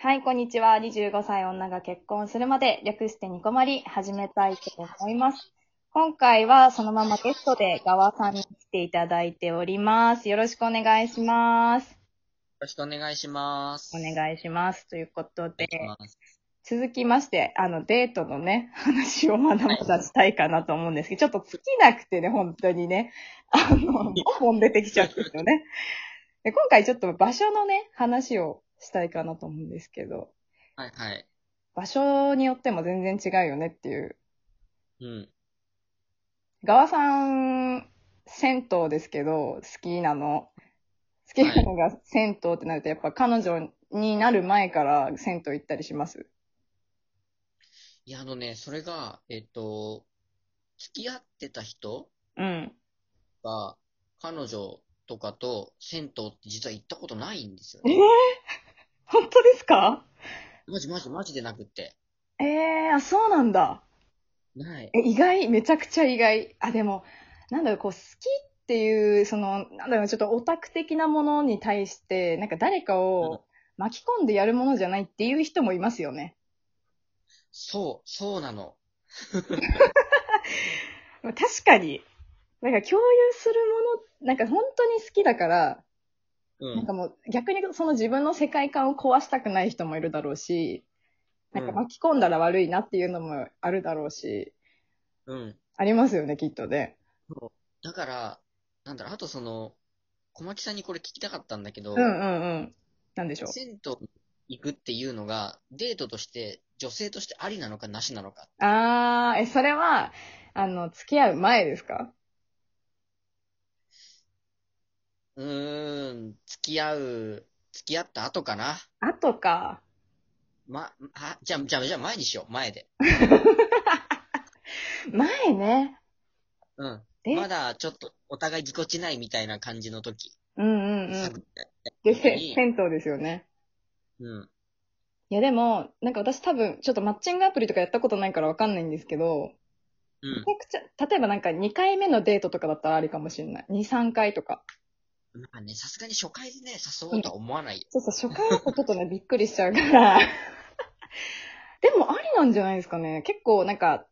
はい、こんにちは。25歳女が結婚するまで、略してニコマリ、始めたいと思います。今回はそのままゲストでガワさんに来ていただいております。よろしくお願いします。よろしくお願いします。おし願いします。ということで、ます。続きまして、あの、デートのね、話をまだまだしたいかなと思うんですけど、ちょっと尽きなくてね、本当にね、あの、ボンボン出てきちゃってるよね。で今回ちょっと場所のね、話をしたいかなと思うんですけど、はいはい。場所によっても全然違うよねっていう。うん。ガワさん、銭湯ですけど、好きなの。好きなのが銭湯ってなると、やっぱ彼女になる前から銭湯行ったりします。いや、あのね、それが、えっと、付き合ってた人うん。が、彼女とかと銭湯って実は行ったことないんですよえーね。、本当ですかマジマジマジでなくって。ええあ、そうなんだ。ない。え、意外、めちゃくちゃ意外。あ、でも、なんだろう、こう、好きっていう、その、なんだろう、ちょっとオタク的なものに対して、なんか誰かを巻き込んでやるものじゃないっていう人もいますよね。そう、そうなの。まあ確かに。なんか共有するもの、なんか本当に好きだから、うなんかもう逆にその自分の世界観を壊したくない人もいるだろうし、なんかうん巻き込んだら悪いなっていうのもあるだろうし、うん。ありますよね、きっとね。だから、なんだろう、あとその、小牧さんにこれ聞きたかったんだけど、うんうんうん。なんでしょう。銭湯に行くっていうのが、デートとして、女性としてありなのかなしなのか。あー、え、それは、あの、付き合う前ですかうーん、付き合う、付き合った後かな。あとか。ま、あ、じゃあ、じゃあ、じゃあ前にしよう、前で。前ね。うん。え、まだちょっとお互いぎこちないみたいな感じの時。うんうんう探っん。てで、せ銭湯ですよね。うん。いやでも、なんか私多分、ちょっとマッチングアプリとかやったことないからわかんないんですけど、うん。めちゃくちゃ、例えばなんか2回目のデートとかだったらありかもしれない。2、3回とか。まあね、さすがに初回でね、誘おうとは思わないよ。そうそう、初回だとちょっとね、びっくりしちゃうから。 でもありなんじゃないですかね。結構なんか、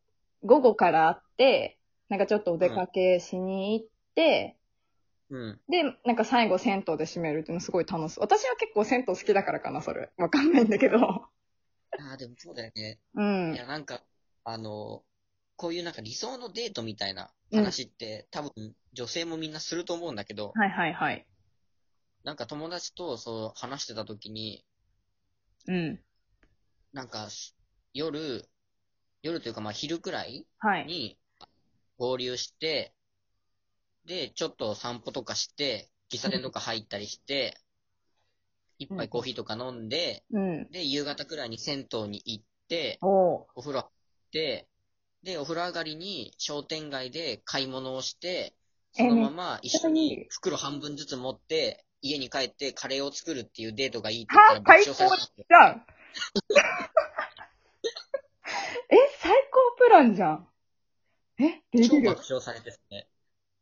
午後からあって、なんかちょっとお出かけしに行って、うん。で、なんか最後銭湯で締めるっていうのすごい楽しい。私は結構銭湯好きだからかな、それ。わかんないんだけど。ああ、でもそうだよね。うん。ういんや、なんか、あの、こういうなんか理想のデートみたいな話って、多分女性もみんなすると思うんだけど、はいはいはい。なんか友達とそう話してた時に、うん。なんか、夜、夜というかまあ昼くらいはい。に合流して、で、ちょっと散歩とかして、喫茶店とか入ったりして、一杯コーヒーとか飲んで、うん。で、夕方くらいに銭湯に行って、おう。お風呂入って、で、お風呂上がりに商店街で買い物をして、そのまま一緒えめっちゃいいに袋半分ずつ持って、家に帰ってカレーを作るっていうデートがいいって言はったら最爆笑され高たんですじよゃ んえ、最高プランじゃん。え、でき超る爆。笑されてですね。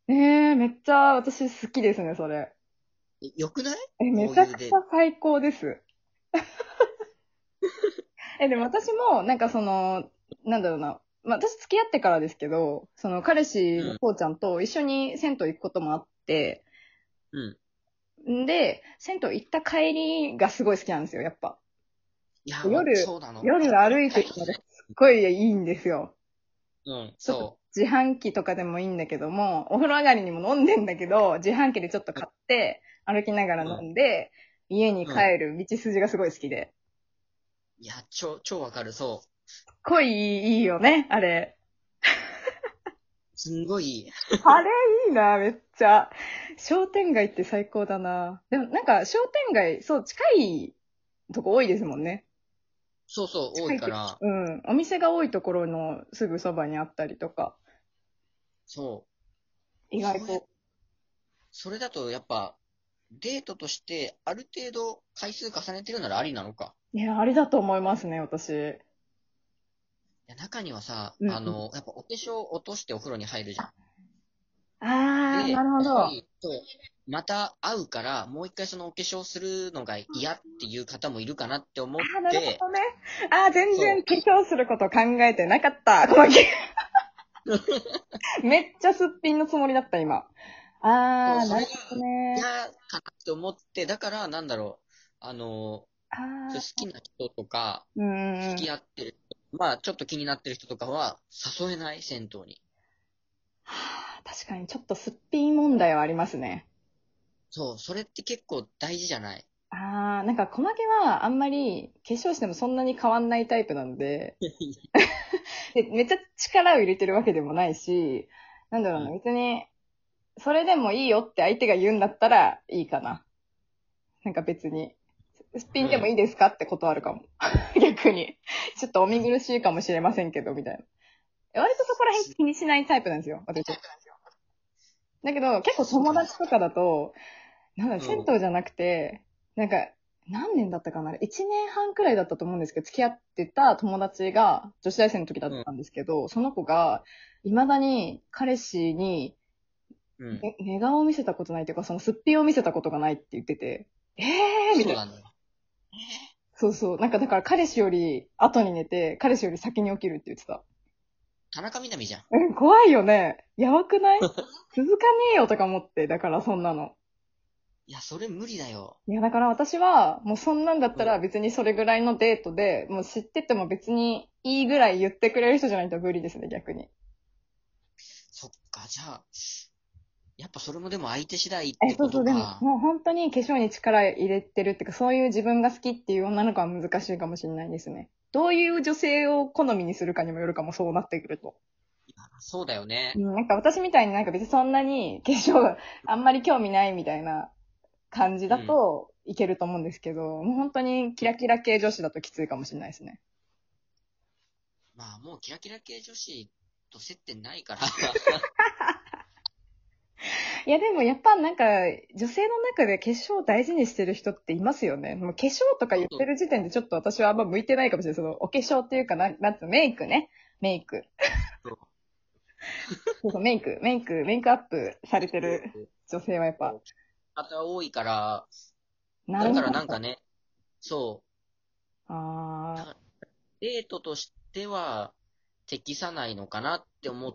えー、めっちゃ私好きですね、それ。えよくないえ、めちゃくちゃ最高です。 え、でも私も、なんかその、なんだろうな。まあ、私付き合ってからですけど、その彼氏のこうちゃんと一緒に銭湯行くこともあって、うん。んで、銭湯行った帰りがすごい好きなんですよ、やっぱ。いや、夜そうなの。夜歩いてるのですっごいいいんですよ。うん、ちょっそと自販機とかでもいいんだけども、お風呂上がりにも飲んでんだけど、自販機でちょっと買って、歩きながら飲んで、家に帰る道筋がすごい好きで。う。いや、超、超わかる、そう。すっごいいいよね、あれ。すんごい、あれいいな、めっちゃ。商店街って最高だな。でもなんか商店街、そう、近いとこ多いですもんね。そうそう、多いから、うん。お店が多いところのすぐそばにあったりとか。そう。意外それと。。それだと、やっぱ、デートとして、ある程度、回数重ねてるならありなのか。いや、あれだと思いますね、私。いや中にはさう、んあの、やっぱお化粧落としてお風呂に入るじゃん。ああ、でなるほやっぱど。りそうまた会うから、もう一回そのお化粧するのが嫌っていう方もいるかなって思っああ、なるて、ほどね。ああ、全然化粧すること考えてなかった。この気 めっちゃすっぴんのつもりだった、今。ああ、そなうるほどね嫌。かなって思って、だからなんだろう、あの、あそうあ好、きな人とか、うんうん。付き合ってる人、まあちょっと気になってる人とかは誘えない、銭湯に。はあ確かにちょっとすっぴん問題はありますね。そう、それって結構大事じゃないああ、なんか小負けはあんまり化粧してもそんなに変わんないタイプなんで、 でめっちゃ力を入れてるわけでもないし、なんだろうな、うん別に、それでもいいよって相手が言うんだったらいいかな。なんか別に、すっぴんでもいいですかって断るかも。 逆に。ちょっとお見苦しいかもしれませんけど、みたいな。割とそこら辺気にしないタイプなんですよ、私。だけど、結構友達とかだと、なんだろう、うん銭湯じゃなくて、なんか、何年だったかな ?1 年半くらいだったと思うんですけど、付き合ってた友達が、女子大生の時だったんですけど、その子が、未だに彼氏に、うん。ね寝顔を見せたことないというか、そのすっぴんを見せたことがないって言ってて、えーみそたいな。うなんだよ。そうそう。なんかだから彼氏より後に寝て、彼氏より先に起きるって言ってた。田中みな実じゃん。うん、怖いよね。やばく ない続かねえよとか思って、だからそんなの。いや、それ無理だよ。いや、だから私は、もうそんなんだったら別にそれぐらいのデートで、もう知ってても別にいいぐらい言ってくれる人じゃないと無理ですね、逆に。そっか、じゃあ、やっぱそれもでも相手次第っえ、てそこうそとう、でも、か。もう本当に化粧に力入れてるっていうか、そういう自分が好きっていう女の子は難しいかもしれないですね。どういう女性を好みにするかにもよるかも、そうなってくると。そうだよねう。ん、なんか私みたいになんか別にそんなに化粧があんまり興味ないみたいな感じだといけると思うんですけど、もう本当にキラキラ系女子だときついかもしれないですね。まあもうキラキラ系女子と接点ないから。いやでもやっぱなんか女性の中で化粧を大事にしてる人っていますよね。もう化粧とか言ってる時点でちょっと私はあんま向いてないかもしれない。そのお化粧っていうかなん、なんつうのメイクね。メイク。そう そうそう、メイク、メイク、メイクアップされてる女性はやっぱ。方多いから、なだるからほなんど。かね、そあう、デートとしては適さないのかなって思っーう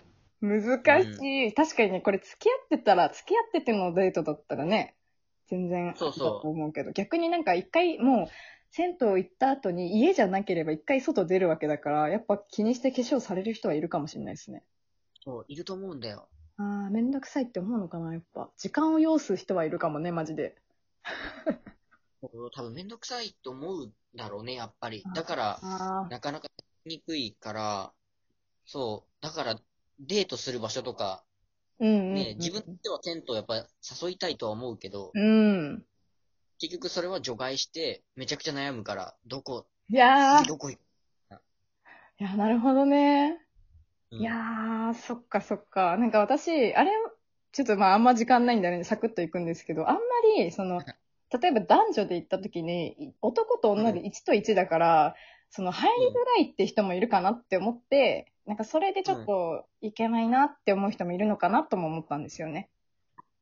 て、ーん。難しい。確かにね、これ付き合ってたら、付き合っててのデートだったらね、全然そうそうだと思うけど、逆になんか一回もう、銭湯行った後に家じゃなければ一回外出るわけだから、やっぱ気にして化粧される人はいるかもしれないですね。そういると思うんだよ。ああ、めんどくさいって思うのかな、やっぱ。時間を要す人はいるかもね、マジで。多分めんどくさいと思うだろうね、やっぱり。だから、ああ、なかなかにくいから、そう、だからデートする場所とか、うんうん、うん。ね、自分では銭湯やっぱ誘いたいとは思うけど、うん。結局それは除外して、めちゃくちゃ悩むから、どこ、いや次ー、どこ行く、いや、なるほどね。うんいやー、そっかそっか。なんか私、あれ、ちょっとまああんま時間ないんであれサクッと行くんですけど、あんまり、その、例えば男女で行った時に、い男と女でう1と1だから、その入りづらいって人もいるかなって思って、なんかそれでちょっといけないなって思う人もいるのかなとも思ったんですよね。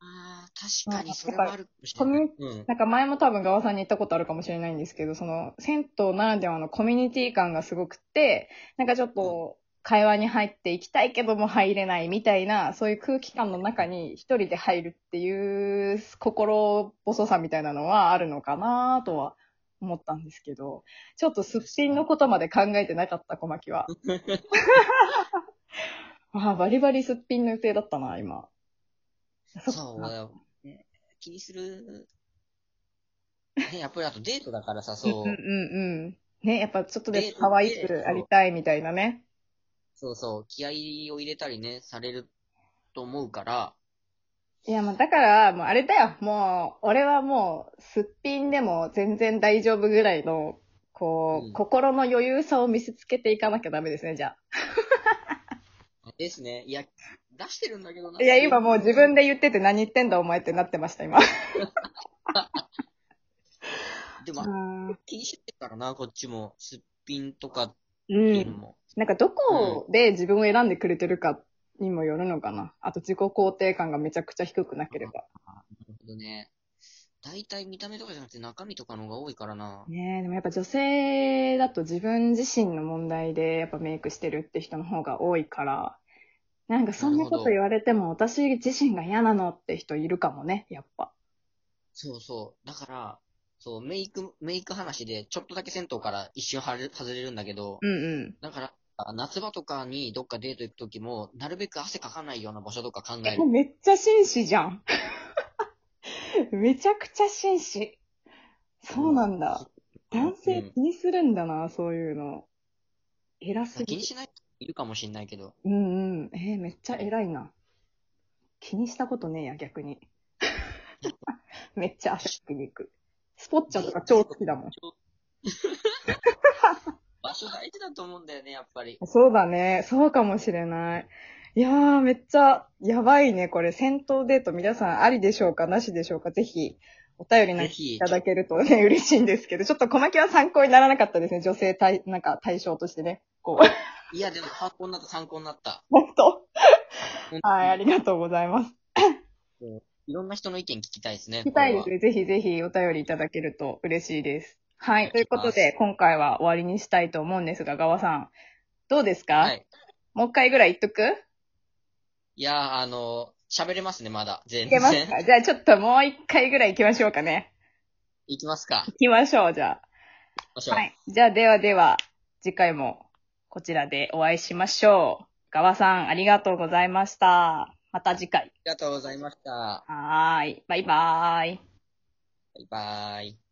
ああ、確かにそれはあるかもしコれミュないニ。うん。なんか前も多分川さんに言ったことあるかもしれないんですけど、その銭湯ならではのコミュニティ感がすごくって、なんかちょっと会話に入っていきたいけども入れないみたいな、そういう空気感の中に一人で入るっていう心細さみたいなのはあるのかなとは思ったんですけど、ちょっとすっぴんのことまで考えてなかった小牧 は。あーバリバリすっぴんの予定だったな、今。そっかそうだよ、ね気にする。ね、やっぱりあとデートだからさ、そうんうんう、うん。ね、やっぱちょっとデでート可愛くありたいみたいなね。そうそう、気合を入れたりね、されると思うから、いや、まあだから、もうあれだよ。もう、俺はもう、すっぴんでも全然大丈夫ぐらいの、こう、うん心の余裕さを見せつけていかなきゃダメですね、じゃですね。いや、出してるんだけどな。あ。いや、今もう自分で言ってて何言ってんだお前ってなってました、今。でも、気にしてるからな、こっちも。すっぴんとかっうていうのん。も。なんかどこで自分を選んでくれてるかにもよるのかな。あと自己肯定感がめちゃくちゃ低くなければ。なるほどね。大体見た目とかじゃなくて中身とかの方が多いからな。ねえ、でもやっぱ女性だと自分自身の問題でやっぱメイクしてるって人の方が多いから、なんかそんなこと言われても私自身が嫌なのって人いるかもね、やっぱ。そうそう。だから、そう、メイク、メイク話で、ちょっとだけ銭湯から一瞬はれ外れるんだけど、うんうん。だから、あ夏場とかにどっかデート行くときも、なるべく汗かかないような場所とか考ええ る。めっちゃ紳士じゃん。 めちゃくちゃ紳士。そうなんだ。男性うん気にするんだな、そういうの。偉す気ぎにる。しない人いるかもしんないけど。うんうん。えーめっちゃ偉いな。気にしたことねえや、逆に。 めっちゃ汗拭きに行く。スポッチャとか超好きだもん。ちょ場所大事だと思うんだよね、やっぱり。そうだね。そうかもしれない。いやー、めっちゃ、やばいね。これ、戦闘デート皆さんありでしょうかなしでしょうかぜひ、お便りなんかぜいひた、だけるとね、嬉しいんですけど、ちょっと小牧は参考にならなかったですね。女性対、なんか対象としてね。こ う、いや、でも参考になった、参考になった。本当本当にはい、ありがとうございます。いろんな人の意見聞きたいですね。聞きたいでこすれはね。ぜひぜひお便りいただけると嬉しいです。はお願い、いしますということで、今回は終わりにしたいと思うんですが、ガワさん、どうですか、はい。もう一回ぐらい言っとくいやー、あのー喋れますね、まだ。全いけます 然。かじゃあちょっともう一回ぐらい行きましょうかね。いきますか。行きましょう、じゃ行きましょあ。うはい。じゃあではでは、次回もこちらでお会いしましょう。ガワさん、ありがとうございました。また次回。ありがとうございました。はーい。バイバーイ。バイバイ。